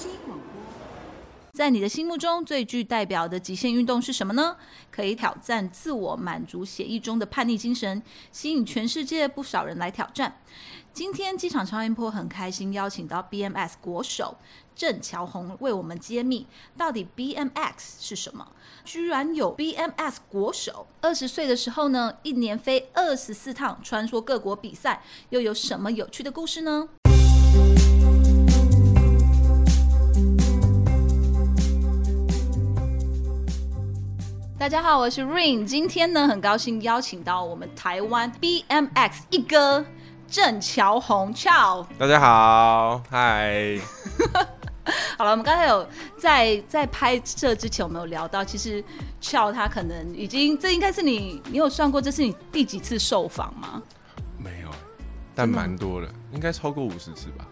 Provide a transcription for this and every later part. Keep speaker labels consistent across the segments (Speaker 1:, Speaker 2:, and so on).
Speaker 1: 新广播。
Speaker 2: 在你的心目中最具代表的极限运动是什么呢？可以挑战自我满足协议中的叛逆精神，吸引全世界不少人来挑战。今天机场超音波很开心邀请到 BMX 国手郑乔红为我们揭秘到底 BMX 是什么。居然有 BMX 国手，二十岁的时候呢，一年飞二十四趟，穿梭各国比赛，又有什么有趣的故事呢？大家好，我是 Rain。今天呢，很高兴邀请到我们台湾 BMX 一哥郑乔红俏。
Speaker 3: 大家好，嗨，
Speaker 2: 好了，我们刚才有在在拍摄之前，我们有聊到，其实俏他可能已经，这应该是你，你有算过这是你第几次受访吗？
Speaker 3: 没有，但蛮多的，应该超过五十次吧。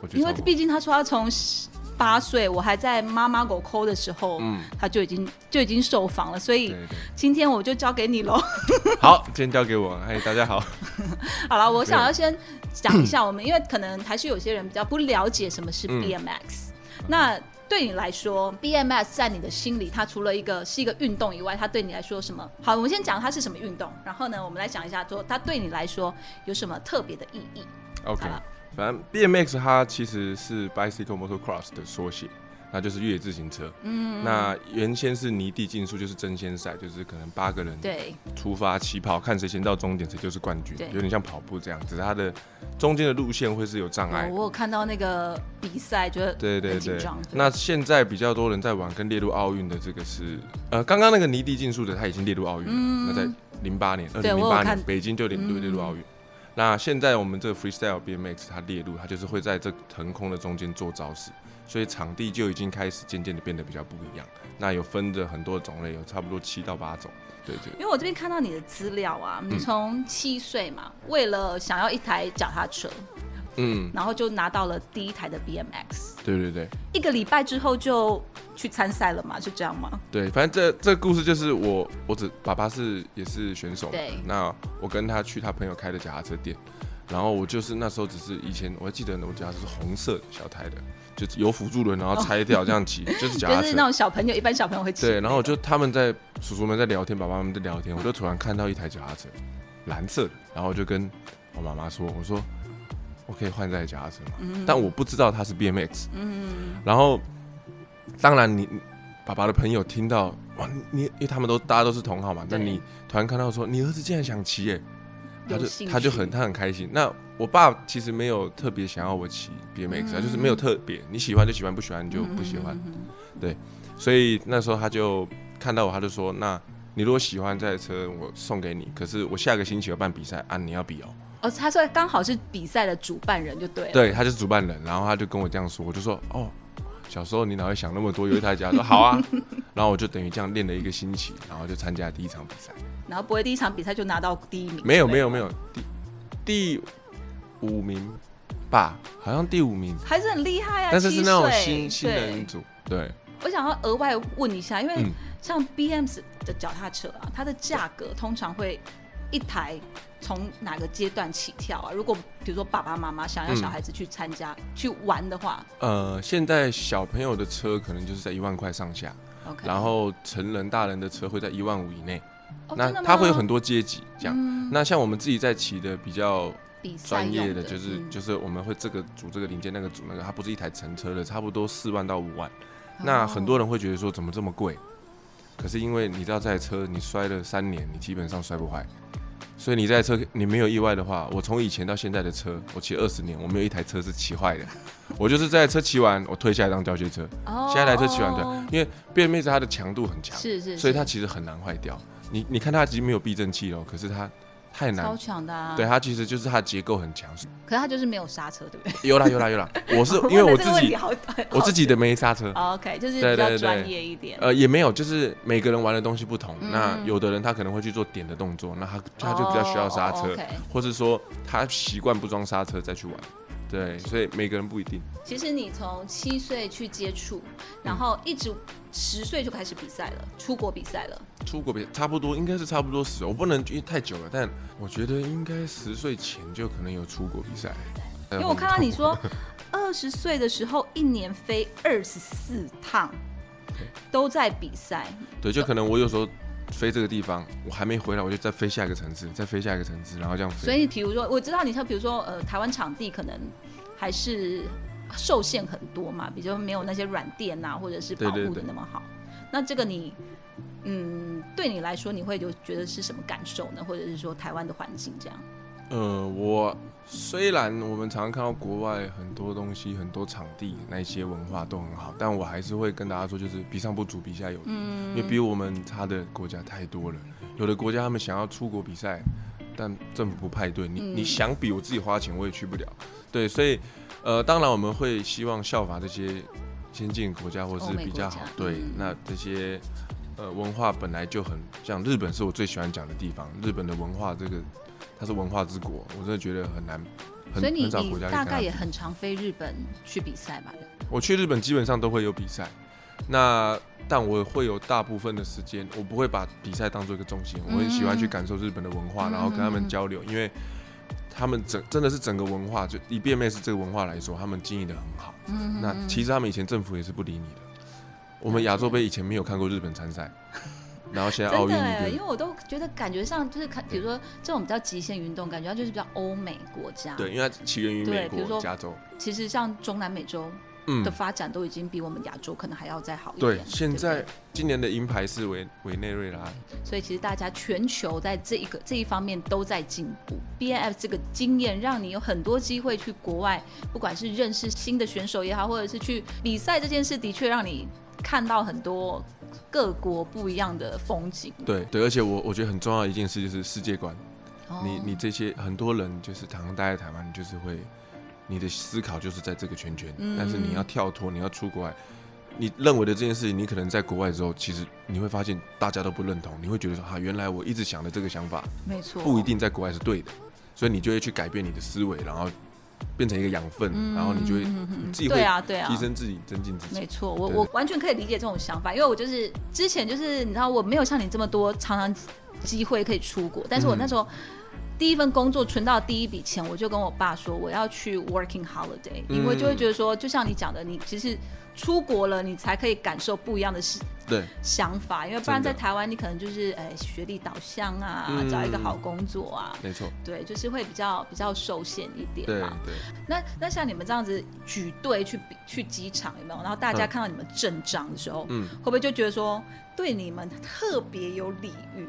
Speaker 3: 我觉得
Speaker 2: 因为
Speaker 3: 超过
Speaker 2: 毕竟他说他从八岁，我还在妈妈狗抠的时候，
Speaker 3: 嗯
Speaker 2: 他就已经就已经受访了，所以
Speaker 3: 对对，
Speaker 2: 今天我就交给你喽。
Speaker 3: 好，今天交给我。嗨，大家 好，
Speaker 2: 好了，我想要先讲一下我们，因为可能还是有些人比较不了解什么是
Speaker 3: 嗯
Speaker 2: BMX、那对你来说，BMX 在你的心里，它除了一个是一个运动以外，它对你来说有什么？好，我们先讲它是什么运动，然后呢，我们来讲一下说它对你来说有什么特别的意义。
Speaker 3: OK，
Speaker 2: 好了
Speaker 3: 反正 BMX 它其实是 Bicycle Motocross 的缩写，那就是越野自行车。嗯，那原先是泥地竞速，就是争先赛，就是可能八个人
Speaker 2: 对，
Speaker 3: 出发起跑，看谁先到终点，谁就是冠军
Speaker 2: 对，
Speaker 3: 有点像跑步这样，只是它的中间的路线会是有障碍
Speaker 2: 我
Speaker 3: 的。
Speaker 2: 我有看到那个比赛，觉得
Speaker 3: 对对
Speaker 2: 很紧
Speaker 3: 对
Speaker 2: 张。，
Speaker 3: 那现在比较多人在玩跟列入奥运的这个是，呃，刚刚那个泥地竞速的他已经列入奥运了，那在零八年，二
Speaker 2: 嗯对
Speaker 3: 零零
Speaker 2: 我有
Speaker 3: 八
Speaker 2: 看嗯
Speaker 3: 年北京就列入列入奥运。那现在我们这个 freestyle BMX 它列入，它就是会在这腾空的中间做招式，所以场地就已经开始渐渐的变得比较不一样。那有分着很多种类，有差不多七到八种。对对
Speaker 2: 因为我这边看到你的资料啊，
Speaker 3: 嗯
Speaker 2: 你从七岁嘛，为了想要一台脚踏车，
Speaker 3: 嗯，
Speaker 2: 然后就拿到了第一台的 BMX。
Speaker 3: 对对对。
Speaker 2: 一个礼拜之后就去参赛了嘛，是这样吗？
Speaker 3: 对，反正这这故事就是我，我只爸爸是也是选手嘛，
Speaker 2: 对
Speaker 3: 那我跟他去他朋友开的脚踏车店，然后我就是那时候只是以前我还记得我脚踏车是红色的小台的，就是有辅助轮，然后拆掉这 样骑，就是脚
Speaker 2: 哦就
Speaker 3: 踏
Speaker 2: 是那
Speaker 3: 车。
Speaker 2: 种小朋友，一般小朋友会骑。
Speaker 3: 啊对，然后我就他们在叔叔们在聊天，爸爸们在聊天，我就突然看到一台脚踏车，蓝色的，然后我就跟我妈妈说，我说我可以换这台脚踏车吗？但我不知道它是 BMX，
Speaker 2: 嗯，
Speaker 3: 然后，当然你你爸爸的朋友听到哇，你因为他们都大家都是同好嘛，那
Speaker 2: 对
Speaker 3: 你突然看到说你儿子竟然想骑耶，他
Speaker 2: 有
Speaker 3: 就
Speaker 2: 兴趣
Speaker 3: 他就很他很开心。那我爸其实没有特别想要我骑 BMX，、啊，就是
Speaker 2: 嗯
Speaker 3: 没有特别，你喜欢就喜欢，不喜欢你就不喜欢。所以那时候他就看到我，他就说：“那你如果喜欢这台车，我送给你。可是我下个星期有办比赛啊，你要比哦。”
Speaker 2: 哦，他说刚好是比赛的主办人就对了。，
Speaker 3: 对，他就是主办人，然后他就跟我这样说，我就说哦，小时候你哪会想那么多？有一台脚踏车，好 啊，然后我就等于这样练了一个星期，然后就参加了第一场比赛。
Speaker 2: 然后不会第一场比赛就拿到第一名。
Speaker 3: 没有
Speaker 2: 对
Speaker 3: 没有没有，第第五名吧，好像第五名，
Speaker 2: 还是很厉害啊。
Speaker 3: 但是是那种
Speaker 2: 七岁
Speaker 3: 新新人
Speaker 2: 对
Speaker 3: 组，对，
Speaker 2: 我想要额外问一下，因为
Speaker 3: 嗯
Speaker 2: 像 BMS 的脚踏车啊，它的价格通常会一台从哪个阶段起跳啊？如果比如说爸爸妈妈
Speaker 3: 嗯
Speaker 2: 想要小孩子去参加、去玩的话
Speaker 3: 呃，现在小朋友的车可能就是在一万块上下，
Speaker 2: ，OK。
Speaker 3: 然后成人大人的车会在一万五以内，
Speaker 2: 哦
Speaker 3: 那
Speaker 2: 真的吗嗯
Speaker 3: 它会有很多阶级这样。那像我们自己在骑的比较
Speaker 2: 比赛
Speaker 3: 专业
Speaker 2: 用的，
Speaker 3: 的就是、
Speaker 2: 嗯
Speaker 3: 就是我们会这个组这个零件，那个组那个，它不是一台乘车的，差不多四万到五万。那很
Speaker 2: 哦
Speaker 3: 多人会觉得说怎么这么贵？可是因为你知道这台车你摔了三年，你基本上摔不坏，所以你这台车你没有意外的话，我从以前到现在的车，我骑二十年，我没有一台车是骑坏的。我就是这台车骑完，我退下来当教学车，
Speaker 2: 哦
Speaker 3: 下一台车骑完退，因为变妹子它的强度很强，
Speaker 2: 是是，
Speaker 3: 所
Speaker 2: 是
Speaker 3: 以它其实很难坏掉。你你看它已经没有避震器了，可是它太难
Speaker 2: 超强的啊。
Speaker 3: 对，它其实就是它的结构很强。
Speaker 2: 可是他就是没有刹车，对不对？
Speaker 3: 有啦有啦有啦，我是因为我
Speaker 2: 问的这
Speaker 3: 自
Speaker 2: 个问题
Speaker 3: 己
Speaker 2: 好，哦
Speaker 3: 我自己的没刹车，
Speaker 2: 好 OK，就是比
Speaker 3: 对对
Speaker 2: 较
Speaker 3: 对
Speaker 2: 专业一点。
Speaker 3: 呃也没有，就是每个人玩的东西不同。
Speaker 2: 嗯
Speaker 3: 那有的人他可能会去做点的动作，那他他就比较需要刹
Speaker 2: 哦
Speaker 3: 车
Speaker 2: ，OK，
Speaker 3: 或是说他习惯不装刹车再去玩。对，所以每个人不一定。
Speaker 2: 其实你从七岁去接触，然后一直十岁就开始比赛了，出国比赛了。
Speaker 3: 出国比差不多应该是差不多十，我不能因为太久了，但我觉得应该十岁前就可能有出国比赛。因
Speaker 2: 因为我看到你说二二十岁的时候，一年飞二十四趟，都在比赛。
Speaker 3: 对，就可能我有时候飞这个地方，我还没回来，我就再飞下一个城市，再飞下一个城市，然后这样飞。
Speaker 2: 所以，比如说，我知道你像，比如说，呃，台湾场地可能还是受限很多嘛，比较没有那些软垫呐，或者是保
Speaker 3: 对对
Speaker 2: 护的
Speaker 3: 对
Speaker 2: 那么好。那这个你，嗯，对你来说，你会就觉得是什么感受呢？或者是说台湾的环境这样？
Speaker 3: 呃，我虽然我们常常看到国外很多东西、很多场地那一些文化都很好，但我还是会跟大家说，就是比上不足，比下有余。
Speaker 2: 嗯
Speaker 3: 因为比我们差的国家太多了。有的国家他们想要出国比赛，但政府不派队，你你
Speaker 2: 嗯
Speaker 3: 想比，我自己花钱我也去不了。对，所以呃，当然我们会希望效法这些先进国家或
Speaker 2: 欧
Speaker 3: 是
Speaker 2: 美
Speaker 3: 比
Speaker 2: 国
Speaker 3: 较
Speaker 2: 家
Speaker 3: 好。对
Speaker 2: 嗯，
Speaker 3: 那这些。呃，文化本来就很像日本，是我最喜欢讲的地方。日本的文化，这个它是文化之国，我真的觉得很难，很
Speaker 2: 所以你
Speaker 3: 很少国
Speaker 2: 你
Speaker 3: 家可以
Speaker 2: 大
Speaker 3: 跟它
Speaker 2: 概也
Speaker 3: 比
Speaker 2: 很常飞日本去比赛吧？
Speaker 3: 我去日本基本上都会有比赛，那但我会有大部分的时间，我不会把比赛当做一个重心，我很喜欢去感受日本的文化，
Speaker 2: 嗯
Speaker 3: 然后跟他们交流，因为他们整真的是整个文化，就以变妹是这个文化来说，他们经营的很好。
Speaker 2: 嗯，
Speaker 3: 那其实他们以前政府也是不理你的，我们亚洲杯以前没有看过日本 参赛，然后现在奥
Speaker 2: 真
Speaker 3: 运
Speaker 2: 的哎，
Speaker 3: 一
Speaker 2: 因
Speaker 3: 个
Speaker 2: 为我都觉得感觉上就是看，比如说这种比较极限运动，感觉它就是比较欧美国家。
Speaker 3: 对，，因为它起源于
Speaker 2: 对
Speaker 3: 美
Speaker 2: 比如说
Speaker 3: 国加州，
Speaker 2: 其实像中南美洲
Speaker 3: 嗯
Speaker 2: 的，发展都已经比我们亚洲可能还要再好一点。
Speaker 3: 对，现
Speaker 2: 不
Speaker 3: 在今年的银牌是委委内瑞拉，
Speaker 2: 所以其实大家全球在这一个这一方面都在进步。B N F 这个经验让你有很多机会去国外，不管是认识新的选手也好，或者是去比赛这件事，的确让你看到很多各国不一样的风景。
Speaker 3: 对对，而且我我觉得很重要的一件事就是世界观。
Speaker 2: 哦
Speaker 3: 你你这些很多人就是常常待在台湾，你就是会你的思考就是在这个圈圈，但是你要跳脱，你要出国外，你认为的这件事情，你可能在国外之后，其实你会发现大家都不认同，你会觉得说啊，原来我一直想的这个想法
Speaker 2: 没错，
Speaker 3: 不一定在国外是对的，所以你就会去改变你的思维，然后变成一个养分，然后你就会你自己
Speaker 2: 对
Speaker 3: 会
Speaker 2: 啊对啊
Speaker 3: 提升自己，增进自己
Speaker 2: 没。错，我
Speaker 3: 对
Speaker 2: 我完全可以理解这种想法，因为我就是之前就是你知道我没有像你这么多常常机会可以出国，但是我
Speaker 3: 嗯
Speaker 2: 那时候。第一份工作存到第一笔钱，我就跟我爸说我要去 working holiday，、因
Speaker 3: 嗯
Speaker 2: 为就会觉得说，就像你讲的，你其实出国了，你才可以感受不一样的事
Speaker 3: 对，
Speaker 2: 想法，因为不然
Speaker 3: 真的
Speaker 2: 在台湾你可能就是哎学历导向啊，
Speaker 3: 嗯
Speaker 2: 找一个好工作啊，
Speaker 3: 没错，
Speaker 2: 对，就是会比较比较受限一点
Speaker 3: 对啊
Speaker 2: 嘛。
Speaker 3: 对。
Speaker 2: 那那像你们这样子举队去比去机场有没有？然后大家
Speaker 3: 嗯
Speaker 2: 看到你们阵仗的时候，
Speaker 3: 嗯
Speaker 2: 会不会就觉得说对你们特别有礼遇？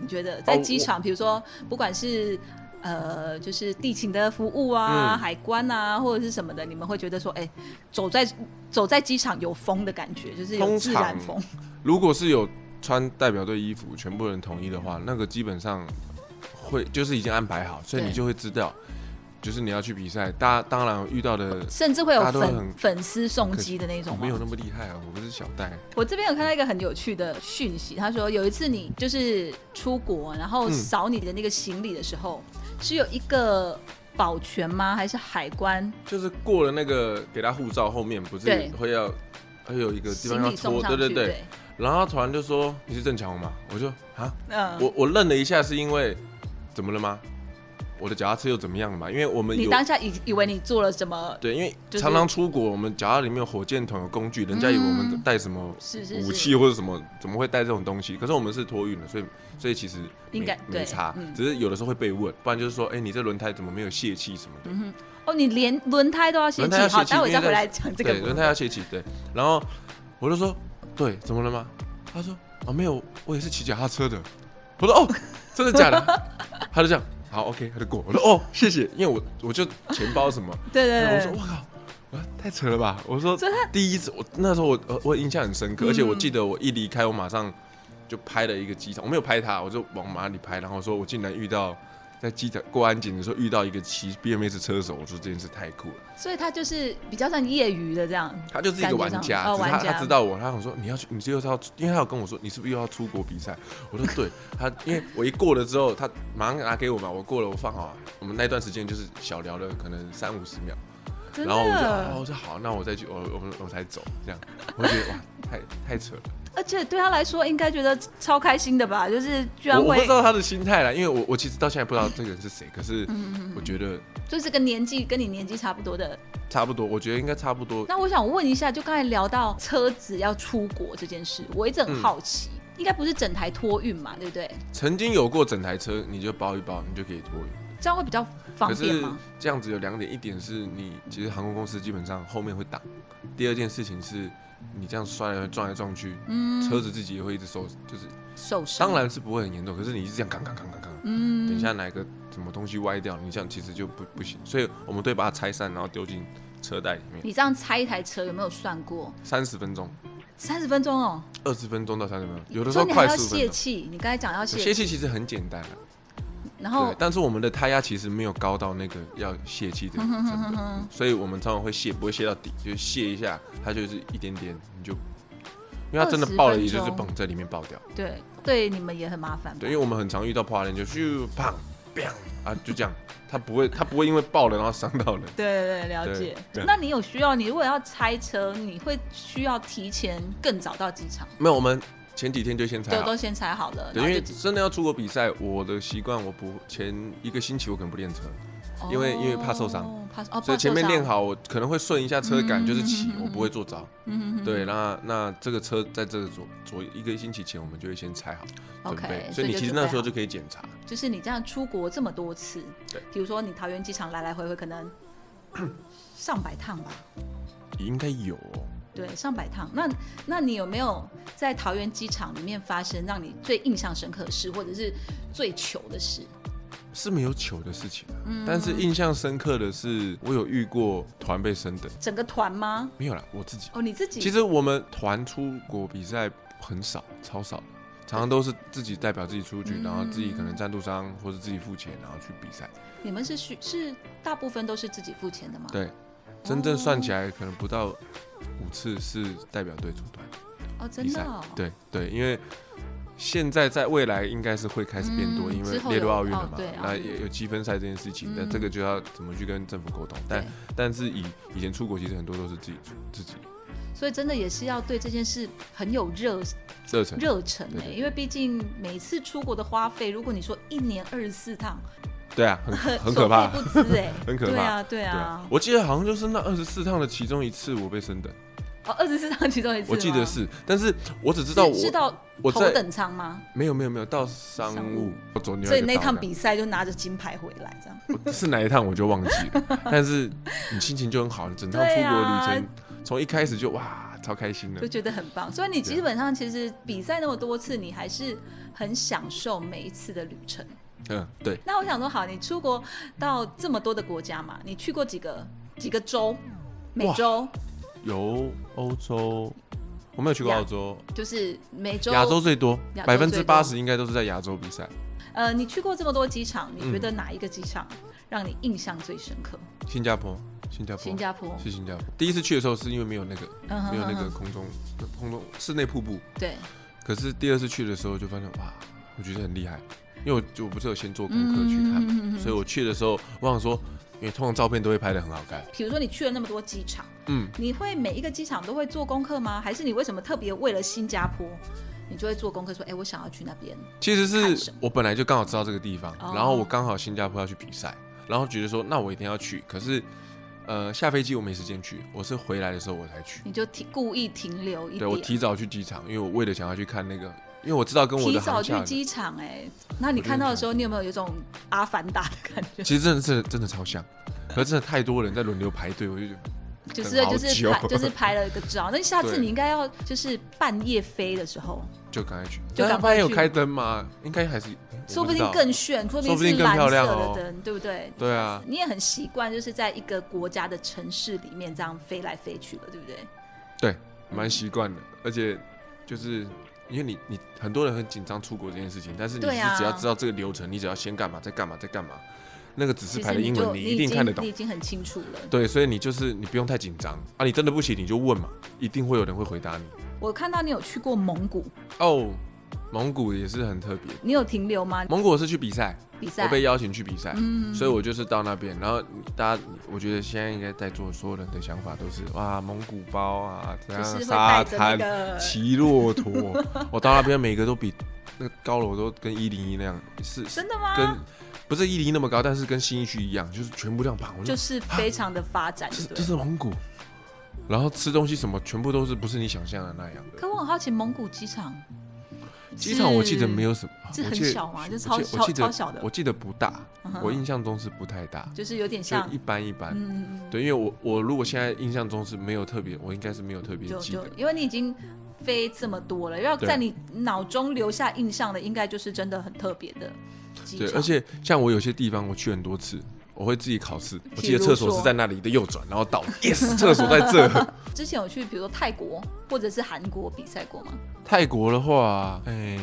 Speaker 2: 你觉得在
Speaker 3: 哦
Speaker 2: 机
Speaker 3: 我
Speaker 2: 场，比如说不管是呃，就是地勤的服务啊、
Speaker 3: 嗯
Speaker 2: 海关啊，或者是什么的，你们会觉得说，哎、走在走在机场有风的感觉，就是有
Speaker 3: 通
Speaker 2: 自然
Speaker 3: 常
Speaker 2: 风。
Speaker 3: 如果是有穿代表队衣服，全部人统一的话，那个基本上会就是已经安排好，所以
Speaker 2: 对
Speaker 3: 你就会知道，就是你要去比赛。大家当然遇到的
Speaker 2: 甚至会有
Speaker 3: 大家都会
Speaker 2: 粉
Speaker 3: 很
Speaker 2: 粉丝送机的那种
Speaker 3: 我
Speaker 2: 吗？
Speaker 3: 没有那么厉害啊，我不是小戴。
Speaker 2: 我这边有看到一个很有趣的讯息，他说有一次你就是出国，然后
Speaker 3: 嗯
Speaker 2: 扫你的那个行李的时候，是有一个保全吗？还是海关？
Speaker 3: 就是过了那个给他护照后面，不
Speaker 2: 对
Speaker 3: 是会要会有一个呃地
Speaker 2: 行
Speaker 3: 方要
Speaker 2: 李送
Speaker 3: 拖，
Speaker 2: 上
Speaker 3: 对
Speaker 2: 去，
Speaker 3: 对对。然后他突然就说你是郑强吗？我就啊，
Speaker 2: 嗯，
Speaker 3: 我我愣了一下，是因为怎么了吗？我的脚踏车又怎么样了嘛？因为我们
Speaker 2: 你
Speaker 3: 有
Speaker 2: 当下以以为你做了什么？
Speaker 3: 对，因为
Speaker 2: 就是
Speaker 3: 常常出国，我们脚踏里面有火箭筒有工具，人家以为我们带什么
Speaker 2: 嗯是是是，
Speaker 3: 武器或者什么，怎么会带这种东西？可是我们是托运的，所以所以其实没
Speaker 2: 应该对
Speaker 3: 没差
Speaker 2: 嗯，
Speaker 3: 只是有的时候会被问，不然就是说，哎、你这轮胎怎么没有泄气什么的？
Speaker 2: 哦，你连轮胎都要泄
Speaker 3: 轮
Speaker 2: 气
Speaker 3: 胎要，
Speaker 2: 好，
Speaker 3: 泄气
Speaker 2: 待会
Speaker 3: 因
Speaker 2: 再
Speaker 3: 为
Speaker 2: 回
Speaker 3: 在
Speaker 2: 来讲这个部
Speaker 3: 对，
Speaker 2: 分。
Speaker 3: 轮胎要泄气，对。然后我就说，对，怎么了吗？他说，哦，没有，我也是骑脚踏车的。我说，哦，真的假的？ 他就这样，好，OK，他就过。我说，哦，谢谢，因为我我就钱包什么。
Speaker 2: 对对
Speaker 3: 然
Speaker 2: 对
Speaker 3: 后我
Speaker 2: 对
Speaker 3: 说，我靠。我说太扯了吧！我说
Speaker 2: 真的
Speaker 3: 第一次，我那时候我呃我印象很深刻，而且我
Speaker 2: 嗯
Speaker 3: 记得我一离开，我马上就拍了一个机场，我没有拍他，我就往马里拍，然后说我竟然遇到在机场过安检的时候遇到一个骑 BMS 车手，我说这件事太酷了。
Speaker 2: 所以他就是比较像业余的这样，
Speaker 3: 他就是一个玩家，
Speaker 2: 感觉上哦
Speaker 3: 只是他
Speaker 2: 玩家
Speaker 3: 他知道我，他想说你要去，你又是要，因为他有跟我说你是不是又要出国比赛？我说对，他因为我一过了之后，他马上拿给我嘛，我过了我放好啊，我们那段时间就是小聊了可能三五十秒，
Speaker 2: 真
Speaker 3: 然后我就
Speaker 2: 的
Speaker 3: 哦，我说好，那我再去，我我我才走这样，我就觉得哇，太太扯了，
Speaker 2: 而且对他来说，应该觉得超开心的吧？就是居然
Speaker 3: 我我不
Speaker 2: 会
Speaker 3: 知，道他的心态啦，因为我我其实到现在不知道这个人是谁，可
Speaker 2: 嗯
Speaker 3: 是我觉得
Speaker 2: 就是跟年纪跟你年纪差不多的。
Speaker 3: 差不多，我觉得应该差不多。
Speaker 2: 那我想问一下，就刚才聊到车子要出国这件事，我一直很
Speaker 3: 嗯
Speaker 2: 好奇，应该不是整台托运嘛，对不对？
Speaker 3: 曾经有过整台车，你就包一包，你就可以托运。
Speaker 2: 这样会比较方
Speaker 3: 可
Speaker 2: 便
Speaker 3: 是
Speaker 2: 吗？
Speaker 3: 这样子有两点，一点是你其实航空公司基本上后面会挡，第二件事情是你这样摔来撞来撞去，
Speaker 2: 嗯，
Speaker 3: 车子自己也会一直受，就是
Speaker 2: 受伤
Speaker 3: 当然是不会很严重，可是你是这样扛扛扛扛扛，
Speaker 2: 嗯，
Speaker 3: 等一下哪个什么东西歪掉，你这样其实就不不行，所以我们都会把它拆散，然后丢进车袋里面，
Speaker 2: 你这样拆一台车有没有算过？
Speaker 3: 三十分钟、
Speaker 2: 三十分钟哦，
Speaker 3: 二十分钟到三十分钟，有的时
Speaker 2: 所
Speaker 3: 候
Speaker 2: 以你还
Speaker 3: 快
Speaker 2: 要
Speaker 3: 速分
Speaker 2: 泄
Speaker 3: 钟。
Speaker 2: 气。哦你刚才讲要
Speaker 3: 泄
Speaker 2: 泄，
Speaker 3: 气其实很简单啊，
Speaker 2: 然后
Speaker 3: 对，但是我们的胎压其实没有高到那个要泄气的程度，所以我们常常会泄，不会泄到底，就是泄一下，它就是一点点，你就，因为它真的
Speaker 2: 20
Speaker 3: 爆了，也就是
Speaker 2: 分
Speaker 3: 嘣
Speaker 2: 钟
Speaker 3: 在里面爆掉，
Speaker 2: 对对你们也很麻烦吧。
Speaker 3: 对，因为我们很常遇到破链就咻砰砰啊，就这样，它不会，它不会因为爆了然后伤到人。
Speaker 2: 对对对，了
Speaker 3: 对
Speaker 2: 解
Speaker 3: 对。
Speaker 2: 那你有需要？你如果要拆车，你会需要提前更早到机场，
Speaker 3: 没有，我们前几天就先拆
Speaker 2: 就
Speaker 3: 好。
Speaker 2: 都先拆好了，
Speaker 3: 啊
Speaker 2: 然
Speaker 3: 对，因
Speaker 2: 后就
Speaker 3: 为
Speaker 2: 直
Speaker 3: 真的要出国比赛，我的习惯我不前一个星期我可能不练车，因为因为怕受伤，
Speaker 2: 哦怕哦，
Speaker 3: 所
Speaker 2: 哦怕
Speaker 3: 以前面
Speaker 2: 受伤
Speaker 3: 练好，我可能会顺一下车感，
Speaker 2: 嗯
Speaker 3: 就是骑
Speaker 2: 嗯嗯，嗯
Speaker 3: 我不会做着。
Speaker 2: 嗯嗯嗯
Speaker 3: 对，那那这个车在这个左左一个星期前，我们就会先拆好准备
Speaker 2: OK，，
Speaker 3: 所以你
Speaker 2: 就
Speaker 3: 其实
Speaker 2: 准备
Speaker 3: 那时候
Speaker 2: 好
Speaker 3: 就可以检查。
Speaker 2: 就是你这样出国这么多次，
Speaker 3: 对，
Speaker 2: 比如说你桃园机场来来回回可能 上百趟吧，
Speaker 3: 应该有哦，
Speaker 2: 对，上百趟。那那你有没有在桃园机场里面发生让你最印象深刻的事，或者是最糗的事？
Speaker 3: 是没有糗的事情啊，
Speaker 2: 嗯
Speaker 3: 但是印象深刻的是，我有遇过团被升等，
Speaker 2: 整个团吗？
Speaker 3: 没有啦，我自己。
Speaker 2: 哦，你自己
Speaker 3: 其实我们团出国比赛很少，超少的，常常都是自己代表自己出
Speaker 2: 嗯
Speaker 3: 去，然后自己可能赞助商或者自己付钱，然后去比赛。
Speaker 2: 你们是需是大部分都是自己付钱的吗？
Speaker 3: 对，真正算起来可能不到五次是代表队出团
Speaker 2: 哦，真
Speaker 3: 比
Speaker 2: 的、
Speaker 3: 赛
Speaker 2: 哦。，
Speaker 3: 对对，因为现在在未来应该是会开始变多，
Speaker 2: 嗯
Speaker 3: 因
Speaker 2: 之
Speaker 3: 为
Speaker 2: 后
Speaker 3: 列入
Speaker 2: 有
Speaker 3: 奥运了
Speaker 2: 哦
Speaker 3: 嘛，
Speaker 2: 对
Speaker 3: 那
Speaker 2: 奥运
Speaker 3: 也有积分赛这件事情，那、这个就要怎么去跟政府沟通。但
Speaker 2: 对
Speaker 3: 但是以以前出国其实很多都是自己出自己
Speaker 2: 所以真的也是要对这件事很有热
Speaker 3: 热忱。
Speaker 2: 热忱
Speaker 3: 对
Speaker 2: 哎、
Speaker 3: 对
Speaker 2: 因为毕竟每次出国的花费，如果你说一年二十四趟，
Speaker 3: 对啊， 很很可
Speaker 2: 所
Speaker 3: 怕
Speaker 2: 费。不赀哎、
Speaker 3: 很可怕
Speaker 2: 对啊，对
Speaker 3: 对啊
Speaker 2: 啊，，
Speaker 3: 我记得好像就是那二十四趟的其中一次我被升等，
Speaker 2: 哦，二十四趟其中一次吗，
Speaker 3: 我记得是，但是我只知道我
Speaker 2: 是到
Speaker 3: 我
Speaker 2: 头
Speaker 3: 在
Speaker 2: 等舱吗？
Speaker 3: 没有没有没有到商
Speaker 2: 商
Speaker 3: 务
Speaker 2: 务，
Speaker 3: 我走另外
Speaker 2: 所以
Speaker 3: 一个嗯
Speaker 2: 那
Speaker 3: 道
Speaker 2: 趟
Speaker 3: 这样
Speaker 2: 比赛就拿着金牌回来，这样。
Speaker 3: 是哪一趟我就忘记 了，但是你心情就很好，你整趟出国的旅程从一开始就哇超开心
Speaker 2: 啊就
Speaker 3: 的，
Speaker 2: 觉得很棒。所以你基本
Speaker 3: 啊
Speaker 2: 上其实比赛那么多次，你还是很享受每一次的旅程。
Speaker 3: 嗯，对，
Speaker 2: 那我想说，好，你出国到这么多的国家嘛，你去过几个几个州？美洲
Speaker 3: 有欧洲，我没有去过
Speaker 2: 亚
Speaker 3: 澳洲，
Speaker 2: 就是美洲，
Speaker 3: 亚洲最多，
Speaker 2: 亚
Speaker 3: 百
Speaker 2: 洲
Speaker 3: 分
Speaker 2: 最
Speaker 3: 之
Speaker 2: 多
Speaker 3: 八十应该都是在亚洲比赛。
Speaker 2: 呃，你去过这么多机场，你
Speaker 3: 嗯
Speaker 2: 觉得哪一个机场让你印象最深刻？
Speaker 3: 新加坡，新加坡，
Speaker 2: 新加坡，
Speaker 3: 是新加坡。第一次去的时候是因为没有那个
Speaker 2: 嗯
Speaker 3: 没有那
Speaker 2: 哼
Speaker 3: 个
Speaker 2: 哼
Speaker 3: 空中空中室内瀑布，
Speaker 2: 对，
Speaker 3: 可是第二次去的时候就发现哇，我觉得很厉害，因为我就我不是有先做功课去看，
Speaker 2: 嗯
Speaker 3: 所以我去的时候我想说，因为通常照片都会拍的很好看，
Speaker 2: 比如说你去了那么多机场，
Speaker 3: 嗯，
Speaker 2: 你会每一个机场都会做功课吗？还是你为什么特别为了新加坡，你就会做功课说，哎、我想要去那边？
Speaker 3: 其实
Speaker 2: 看
Speaker 3: 是
Speaker 2: 什么
Speaker 3: 我本来就刚好知道这个地方，
Speaker 2: 哦
Speaker 3: 然后我刚好新加坡要去比赛，然后觉得说那我一定要去，可是呃下飞机我没时间去，我是回来的时候我才去，
Speaker 2: 你就提故意停留一
Speaker 3: 对我
Speaker 2: 点，
Speaker 3: 提早去机场，因为我为了想要去看那个，因为我知道跟我
Speaker 2: 提
Speaker 3: 的
Speaker 2: 早
Speaker 3: 航
Speaker 2: 去
Speaker 3: 下，
Speaker 2: 机场、哎，那你看到的时候，你有没有有一种阿凡达的感觉？
Speaker 3: 其实真的是真的超像，可是真的太多人在轮流排队，我就觉得
Speaker 2: 就是
Speaker 3: 好
Speaker 2: 就是
Speaker 3: 久
Speaker 2: 拍就是拍了一个 照，那下次
Speaker 3: 对
Speaker 2: 你应该要就是半夜飞的时候，
Speaker 3: 就赶快去，
Speaker 2: 就赶快去
Speaker 3: 但半夜有开灯吗？应该还是，我
Speaker 2: 说不
Speaker 3: 知
Speaker 2: 定
Speaker 3: 道
Speaker 2: 更炫，说
Speaker 3: 说
Speaker 2: 不
Speaker 3: 不
Speaker 2: 定
Speaker 3: 定
Speaker 2: 是
Speaker 3: 更
Speaker 2: 蓝
Speaker 3: 漂
Speaker 2: 色
Speaker 3: 亮
Speaker 2: 的
Speaker 3: 哦
Speaker 2: 灯，对不对？
Speaker 3: 对啊，
Speaker 2: 你也很习惯，就是在一个国家的城市里面这样飞来飞去了，对不对？
Speaker 3: 对，蛮习惯的，而且就是因为你你很多人很紧张出国这件事情，但是你
Speaker 2: 对
Speaker 3: 是
Speaker 2: 啊
Speaker 3: 只要知道这个流程，你只要先干嘛，再干嘛，再干嘛，那个指示
Speaker 2: 其
Speaker 3: 牌
Speaker 2: 实
Speaker 3: 的英
Speaker 2: 你就
Speaker 3: 文你
Speaker 2: 已
Speaker 3: 一定
Speaker 2: 经
Speaker 3: 看得
Speaker 2: 你
Speaker 3: 懂
Speaker 2: 已。经很清楚了。
Speaker 3: 对，所以你就是你不用太紧张啊，你真的不行你就问嘛，一定会有人会回答你。
Speaker 2: 我看到你有去过蒙古，
Speaker 3: 哦，蒙古也是很特别，
Speaker 2: 你有停留吗？
Speaker 3: 蒙古我是去比赛，
Speaker 2: 比
Speaker 3: 我
Speaker 2: 赛嗯
Speaker 3: 被邀请去比赛，所以我就是到那边，然后大家我觉得现在应该在座所有人的想法都是哇，蒙古包啊，怎
Speaker 2: 就是
Speaker 3: 样
Speaker 2: 会
Speaker 3: 沙
Speaker 2: 带着那
Speaker 3: 滩、
Speaker 2: 个
Speaker 3: 骑骆驼， 我到那边每个都比那个高楼都跟一零一那样，是
Speaker 2: 真的吗？
Speaker 3: 跟不是一零一那么高，但是跟新一区一样，就是全部这样爬。我就
Speaker 2: 就是 非常的发展，
Speaker 3: 这
Speaker 2: 对
Speaker 3: 是
Speaker 2: 不
Speaker 3: 这
Speaker 2: 对。
Speaker 3: 是蒙古，然后吃东西什么全部都是不是你想象的那样的。
Speaker 2: 可我很好奇，蒙古机场
Speaker 3: 机场我记得没有什么，
Speaker 2: 是
Speaker 3: 我
Speaker 2: 很
Speaker 3: 记得
Speaker 2: 小吗就
Speaker 3: 我
Speaker 2: 超
Speaker 3: 记得
Speaker 2: 超
Speaker 3: 我记得
Speaker 2: 超小的
Speaker 3: 我记得不大
Speaker 2: 嗯哼，
Speaker 3: 我印象中是不太大，
Speaker 2: 就是有点
Speaker 3: 就
Speaker 2: 像
Speaker 3: 一，般一般。
Speaker 2: 嗯，
Speaker 3: 对，因为我我如果现在印象中是没有特别，我应该是没有特别
Speaker 2: 就
Speaker 3: 记
Speaker 2: 就
Speaker 3: 得。
Speaker 2: 因为你已经飞这么多了，要
Speaker 3: 对
Speaker 2: 在你脑中留下印象的，应该就是真的很特别的机
Speaker 3: 对，
Speaker 2: 场。
Speaker 3: 而且像我有些地方我去很多次，我会自己考试。我记
Speaker 2: 比
Speaker 3: 得
Speaker 2: 如
Speaker 3: 厕所
Speaker 2: 说
Speaker 3: 是在那里的右转，然后到 yes，厕所在 这。
Speaker 2: 之前有去，比如说泰国或者是韩国比赛过吗？
Speaker 3: 泰国的话，哎、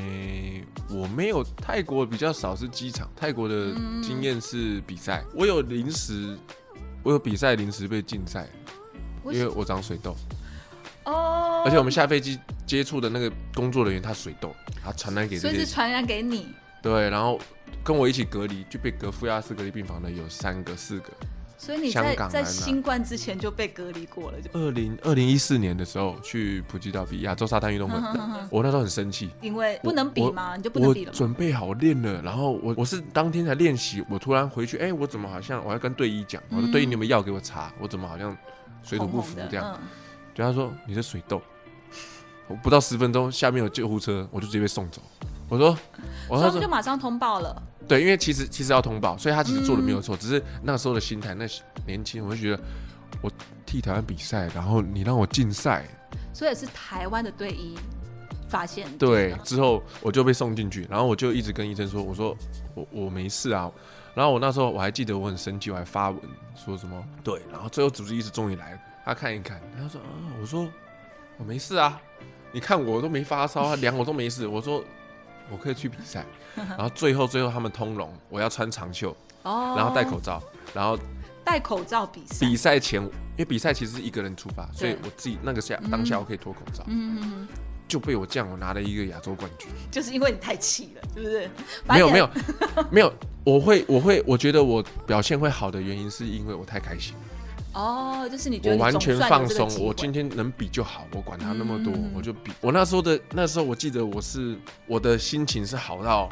Speaker 3: 我没有泰国比较少是机场，泰国
Speaker 2: 嗯
Speaker 3: 的经验是比赛。我有临时，我有比赛临时被禁赛，
Speaker 2: 为
Speaker 3: 因
Speaker 2: 什
Speaker 3: 为我长水痘，
Speaker 2: 哦，
Speaker 3: 而且我们下飞机接触的那个工作人员他水痘，他传染给
Speaker 2: 所
Speaker 3: 这
Speaker 2: 以是
Speaker 3: 些
Speaker 2: 传染给你，
Speaker 3: 对，然后跟我一起隔离就被隔负压式隔离病房的有三个四个。
Speaker 2: 所以你
Speaker 3: 香
Speaker 2: 在
Speaker 3: 港
Speaker 2: 在
Speaker 3: 安娜
Speaker 2: 新冠之前就被隔离过了，就
Speaker 3: 二零二零一四年的时候去普吉岛比亚洲沙滩运动会，我那时候很生气，
Speaker 2: 因为不
Speaker 3: 我
Speaker 2: 能比
Speaker 3: 我
Speaker 2: 嘛，你嗯就不能
Speaker 3: 我
Speaker 2: 比了嘛。
Speaker 3: 准备好练了，然后我我是当天才练习，我突然回去，哎、我怎么好像我要跟队医讲，
Speaker 2: 嗯
Speaker 3: 我说队医你有没有药给我查，我怎么好像水土
Speaker 2: 红
Speaker 3: 不
Speaker 2: 红
Speaker 3: 服
Speaker 2: 的
Speaker 3: 这样？
Speaker 2: 嗯
Speaker 3: 对他说你是水痘，我不到十分钟下面有救护车，我就直接被送走。我说，
Speaker 2: 所
Speaker 3: 我
Speaker 2: 以
Speaker 3: 他
Speaker 2: 他们就
Speaker 3: 说
Speaker 2: 马上通报了。
Speaker 3: 对，因为其实其实要通报，所以他其实做的没有错，只是那时候的心态，那年轻我就觉得我替台湾比赛，然后你让我禁赛，
Speaker 2: 所以是台湾的队医发现的。
Speaker 3: 对，之后我就被送进去，然后我就一直跟医生说，我说我我没事啊。然后我那时候我还记得我很生气，我还发文说什么对，然后最后主治医师终于来了，他看一看，他说啊，我说我没事啊，你看我都没发烧啊，量我都没事，我说我可以去比赛。然后最后最后他们通融，我要穿长袖，
Speaker 2: 哦，
Speaker 3: 然后戴口罩，然后
Speaker 2: 戴口罩比赛。
Speaker 3: 比赛前，因为比赛其实是一个人出发，所以
Speaker 2: 对
Speaker 3: 我自己那个下
Speaker 2: 嗯
Speaker 3: 当下我可以脱口罩，
Speaker 2: 嗯嗯，嗯
Speaker 3: 就被我这样我拿了一个亚洲冠军。
Speaker 2: 嗯就是因为你太气了，是不是？
Speaker 3: 没有没
Speaker 2: 有，
Speaker 3: 有 没有，我会我会我觉得我表现会好的原因是因为我太开心，
Speaker 2: 哦，就是你觉
Speaker 3: 我
Speaker 2: 得你
Speaker 3: 完
Speaker 2: 总
Speaker 3: 全
Speaker 2: 算
Speaker 3: 放
Speaker 2: 有这个
Speaker 3: 松，
Speaker 2: 机
Speaker 3: 我
Speaker 2: 会
Speaker 3: 今天能比就好，我管他那么多，
Speaker 2: 嗯
Speaker 3: 我就比。我那时候的那时候，我记得我是我的心情是好到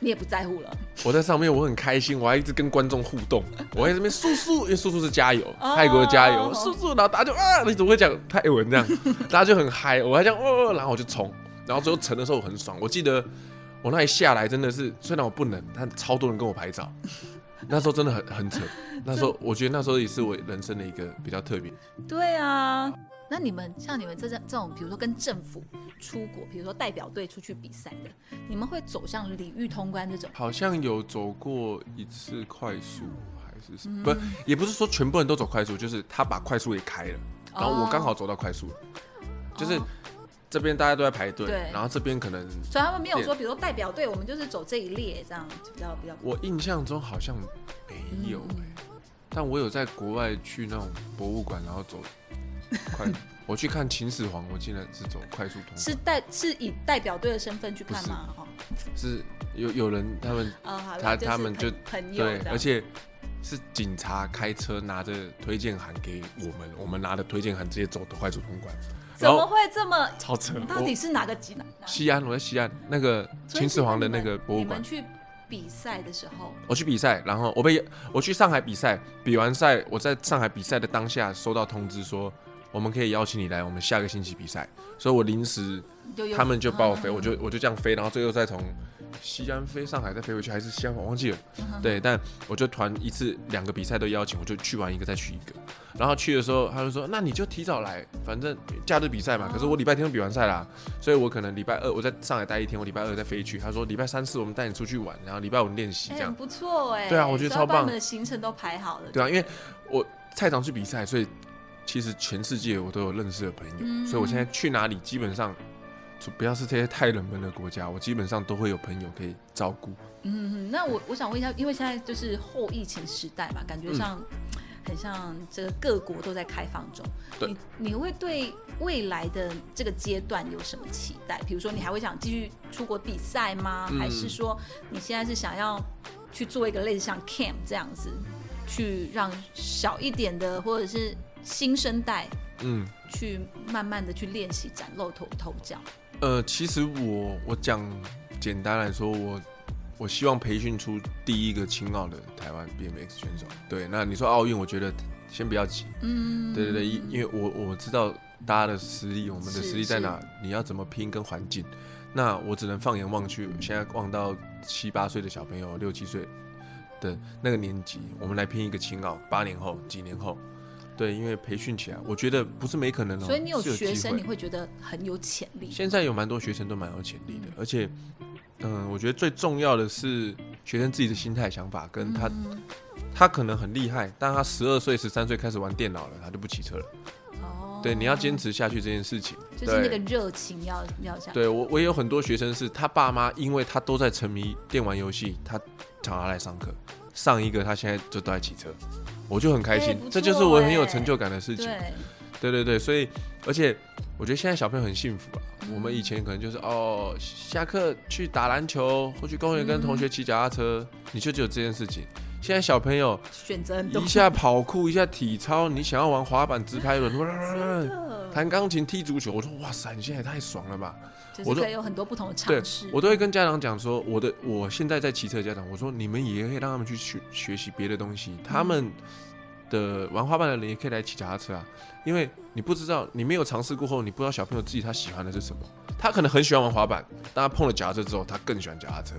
Speaker 2: 你也不在乎了，
Speaker 3: 我在上面我很开心，我还一直跟观众互动，我还在那边叔叔，因为叔叔是加油，
Speaker 2: 哦
Speaker 3: 泰国的加油，叔叔，然后大家就啊，你怎么会讲泰文这样？大家就很嗨，我还这样哦，然后我就冲，然后最后沉的时候我很爽，我记得我那一下来真的是，虽然我不能，但超多人跟我拍照，那时候真的很很扯，那时候我觉得那时候也是我人生的一个比较特别，
Speaker 2: 对啊。那你们像你们这这这种，比如说跟政府出国，比如说代表队出去比赛的，你们会走向礼遇通关这种？
Speaker 3: 好像有走过一次快速。还是什
Speaker 2: 嗯
Speaker 3: 么？不，也不是说全部人都走快速，就是他把快速也开了，然后我刚好
Speaker 2: 哦，
Speaker 3: 走到快速，就是
Speaker 2: 哦
Speaker 3: 这边大家都在排队
Speaker 2: 对，
Speaker 3: 然后这边可能
Speaker 2: 所以他们没有说，比如说代表队，我们就是走这一列这样，就比较比较。
Speaker 3: 我印象中好像没有
Speaker 2: 嗯
Speaker 3: 哎、但我有在国外去那种博物馆，然后走 快，我去看秦始皇，我竟然是走快速通
Speaker 2: 是
Speaker 3: 关，
Speaker 2: 代是以代表队的身份去看
Speaker 3: 不是
Speaker 2: 吗？哦，
Speaker 3: 是有有人他们
Speaker 2: 呃，好啦
Speaker 3: 他
Speaker 2: 就是
Speaker 3: 他们就
Speaker 2: 朋朋友
Speaker 3: 对，
Speaker 2: 这样
Speaker 3: 而且是警察开车拿着推荐函给我们，我们拿着推荐函直接走的快速通关，
Speaker 2: 怎
Speaker 3: 然
Speaker 2: 么
Speaker 3: 后
Speaker 2: 会这么？
Speaker 3: 超车，
Speaker 2: 到
Speaker 3: 我
Speaker 2: 底是哪个级呢？
Speaker 3: 西安我在西安那个
Speaker 2: 所以
Speaker 3: 秦始皇的
Speaker 2: 你
Speaker 3: 那
Speaker 2: 们
Speaker 3: 个博物
Speaker 2: 你
Speaker 3: 馆
Speaker 2: 们。去比赛的时候，
Speaker 3: 我去比赛，然后我被我去上海比赛，比完赛，我在上海比赛的当下收到通知说，我们可以邀请你来，我们下个星期比赛，所以我临时
Speaker 2: 就有
Speaker 3: 他们就帮我飞，
Speaker 2: 嗯
Speaker 3: 我就我就这样飞，然后最后再从西安飞上海，再飞回去，还是西安，我忘记了。对，但我就团一次两个比赛都邀请，我就去完一个再去一个，然后去的时候他就说，那你就提早来，反正假日比赛嘛，可是我礼拜天就比完赛啦，所以我可能礼拜二我在上海待一天，我礼拜二再飞去。他说礼拜三四我们带你出去玩，然后礼拜五练习
Speaker 2: 哎
Speaker 3: 这样
Speaker 2: 很。不错哎，
Speaker 3: 对啊我觉得
Speaker 2: 所以要
Speaker 3: 超
Speaker 2: 把
Speaker 3: 棒
Speaker 2: 你们的行程都排好了。
Speaker 3: 对啊，因为我菜场去比赛，所以其实全世界我都有认识的朋友，
Speaker 2: 嗯
Speaker 3: 所以我现在去哪里基本上，就不要是这些太冷门的国家，我基本上都会有朋友可以照顾。
Speaker 2: 嗯，那我我想问一下，因为现在就是后疫情时代嘛，感觉
Speaker 3: 嗯
Speaker 2: 像、很像这个各国都在开放中。
Speaker 3: 对
Speaker 2: 你你会对未来的这个阶段有什么期待？比如说，你还会想继续出国比赛吗？
Speaker 3: 嗯
Speaker 2: 还是说你现在是想要去做一个类似像 camp 这样子去让小一点的或者是新生代
Speaker 3: 嗯，
Speaker 2: 去慢慢的去练习崭露头头角。
Speaker 3: 呃，其实我我讲简单来说，我我希望培训出第一个青奥的台湾 BMX 选手。对，那你说奥运，我觉得先不要急。
Speaker 2: 嗯，
Speaker 3: 对对对，因因为我我知道大家的实力，我们的
Speaker 2: 是
Speaker 3: 实力在哪，你要怎么拼跟环境。那我只能放眼望去，现在望到七八岁的小朋友，六七岁的那个年级，我们来拼一个青奥，八年后、几年后。对，因为培训起来，我觉得不是没可能哦。
Speaker 2: 所以你有
Speaker 3: 是
Speaker 2: 学
Speaker 3: 机
Speaker 2: 生，
Speaker 3: 会
Speaker 2: 你会觉得很有潜力。
Speaker 3: 现在有蛮多学生都蛮有潜力的，而且，嗯、我觉得最重要的是学生自己的心态、想法，
Speaker 2: 嗯
Speaker 3: 跟他、他可能很厉害，但他十二岁、十三岁开始玩电脑了，他就不骑车了。
Speaker 2: 哦，
Speaker 3: 对，你要坚持下去这件事情。
Speaker 2: 就是那个
Speaker 3: 对，
Speaker 2: 热情要要这样。
Speaker 3: 对我我也有很多学生是他爸妈，因为他都在沉迷电玩游戏，他找他来上课，上一个他现在就都在骑车，我就很开
Speaker 2: 哎
Speaker 3: 心，
Speaker 2: 不欸
Speaker 3: 这就
Speaker 2: 错
Speaker 3: 是我
Speaker 2: 哎
Speaker 3: 很有成就感的事情。
Speaker 2: 对
Speaker 3: 对对对，所以而且我觉得现在小朋友很幸福啊。我们以前可能就是哦，下课去打篮球，或去公园跟同学骑脚踏车，你就只有这件事情。现在小朋友
Speaker 2: 选择很多
Speaker 3: 一。下跑酷，一下体操，你想要玩滑板、直排轮，
Speaker 2: 真
Speaker 3: 哇
Speaker 2: 的
Speaker 3: 弹钢琴、踢足球，我说哇塞，你现在也太爽了吧！
Speaker 2: 就是
Speaker 3: 我都
Speaker 2: 可以有很多不同的
Speaker 3: 对
Speaker 2: 尝试。
Speaker 3: 我都会跟家长讲说，我的我现在在骑车，家长我说你们也可以让他们去学学习别的东西，他们的玩滑板的人也可以来骑脚踏车啊，因为你不知道，你没有尝试过后，你不知道小朋友自己他喜欢的是什么，他可能很喜欢玩滑板，但他碰了脚踏车之后，他更喜欢脚踏车，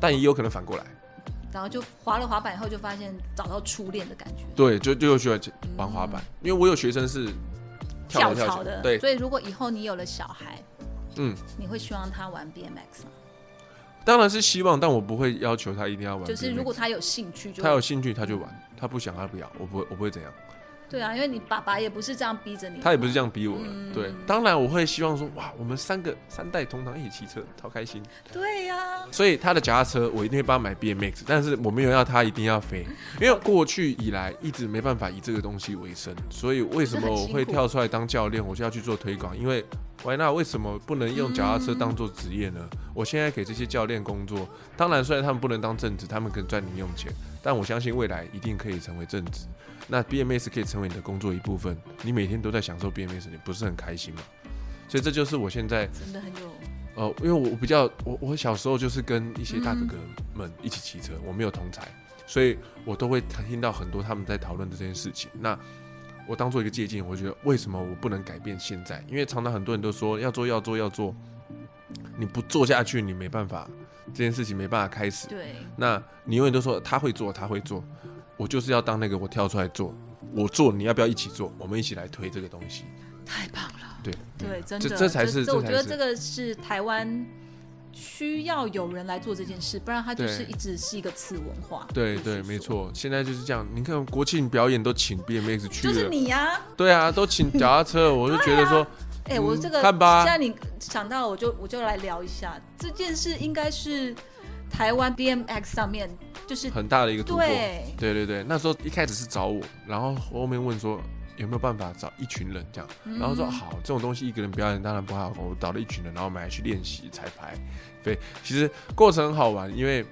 Speaker 3: 但也有可能反过来，
Speaker 2: 然后就滑了滑板以后，就发现找到初恋的感觉，
Speaker 3: 对，就就又喜欢玩滑板，因为我有学生是跳来跳去
Speaker 2: 槽的。
Speaker 3: 对，
Speaker 2: 所以如果以后你有了小孩，
Speaker 3: 嗯，
Speaker 2: 你会希望他玩 BMX 吗？
Speaker 3: 当然是希望，但我不会要求他一定要玩 BMX，
Speaker 2: 就是如果他有兴趣就，
Speaker 3: 他有兴趣他就玩，他不想他不要，我不会我不会怎样。
Speaker 2: 对啊，因为你爸爸也不是这样逼着你，
Speaker 3: 他也不是这样逼我的。对，当然我会希望说，哇，我们三个三代同堂一起骑车，超开心。
Speaker 2: 对啊呀、
Speaker 3: 所以他的脚踏车我一定会帮他买 BMX，但是我没有要他一定要飞，因为过去以来一直没办法以这个东西为生，所以为什么我会跳出来当教练，我就要去做推广，因为。why not？为什么不能用脚踏车当做职业呢？我现在给这些教练工作，当然虽然他们不能当正职，他们可以赚零用钱，但我相信未来一定可以成为正职。那 BMS 可以成为你的工作一部分，你每天都在享受 BMS，你不是很开心吗？所以这就是我现在
Speaker 2: 真的很有
Speaker 3: 呃，因为我比较我我小时候就是跟一些大哥哥们一起骑车，我没有同才，所以我都会听到很多他们在讨论的这件事情。那我当做一个借鉴，我觉得为什么我不能改变现在？因为常常很多人都说要做要做要做，你不做下去，你没办法，这件事情没办法开始。
Speaker 2: 对，
Speaker 3: 那你永远都说他会做，他会做，我就是要当那个我跳出来做，我做，你要不要一起做？我们一起来推这个东西。
Speaker 2: 太棒了，
Speaker 3: 对
Speaker 2: 对，真的，
Speaker 3: 嗯这这才是
Speaker 2: 这我
Speaker 3: 才
Speaker 2: 觉得
Speaker 3: 是
Speaker 2: 这个是台湾需要有人来做这件事，不然它就是
Speaker 3: 对
Speaker 2: 一直是一个次文化。
Speaker 3: 对
Speaker 2: 必须
Speaker 3: 对，没
Speaker 2: 说，
Speaker 3: 错，现在就是这样。你看国庆表演都请 BMX 去
Speaker 2: 就
Speaker 3: 了，
Speaker 2: 是你呀、
Speaker 3: 对啊，都请脚踏车，我就觉得说，
Speaker 2: 哎、
Speaker 3: 嗯
Speaker 2: 我这个
Speaker 3: 看吧
Speaker 2: 现在你想到了，我就我就来聊一下这件事，应该是台湾 BMX 上面就是
Speaker 3: 很大的一个突破。
Speaker 2: 啊对
Speaker 3: 对对对，那时候一开始是找我，然后后面问说有没有办法找一群人这样，
Speaker 2: 嗯
Speaker 3: 然后说好，这种东西一个人表演当然不好，我找了一群人，然后我们还去练习彩排。对，其实过程很好玩，因为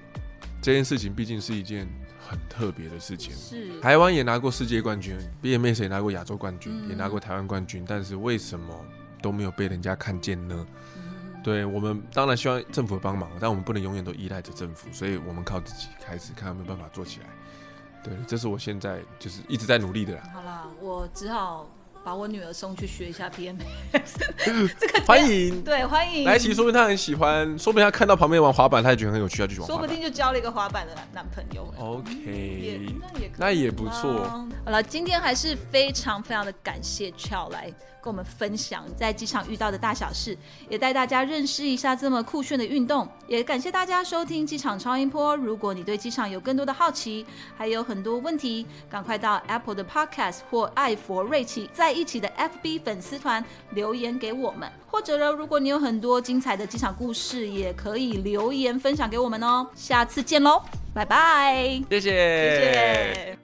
Speaker 3: 这件事情毕竟是一件很特别的事情。
Speaker 2: 是
Speaker 3: 台湾也拿过世界冠军，BMS 也拿过亚洲冠军，
Speaker 2: 嗯
Speaker 3: 也拿过台湾冠军，但是为什么都没有被人家看见呢？
Speaker 2: 嗯
Speaker 3: 对我们当然希望政府帮忙，但我们不能永远都依赖着政府，所以我们靠自己开始，看有没有办法做起来。对，这是我现在就是一直在努力的 啦。
Speaker 2: 好啦，我只好把我女儿送去学一下 BMX，
Speaker 3: 欢迎
Speaker 2: 对，欢迎
Speaker 3: 来骑，说不定他很喜欢，说不定他看到旁边玩滑板，他也觉得很有趣，他就去玩
Speaker 2: 说
Speaker 3: 滑
Speaker 2: 不
Speaker 3: 板。
Speaker 2: 定就交了一个滑板的男男朋友。
Speaker 3: 哦
Speaker 2: 也
Speaker 3: OK，
Speaker 2: 那也可以
Speaker 3: 那也不错
Speaker 2: 啦。哦好了，今天还是非常非常的感谢 Chow 来跟我们分享在机场遇到的大小事，也带大家认识一下这么酷炫的运动。也感谢大家收听机场超音波。如果你对机场有更多的好奇，还有很多问题，赶快到 Apple 的 Podcast 或艾佛瑞奇在一起的 FB 粉丝团留言给我们，或者呢，如果你有很多精彩的机场故事，也可以留言分享给我们哦。下次见喽，拜拜。
Speaker 3: 谢谢，
Speaker 2: 谢谢。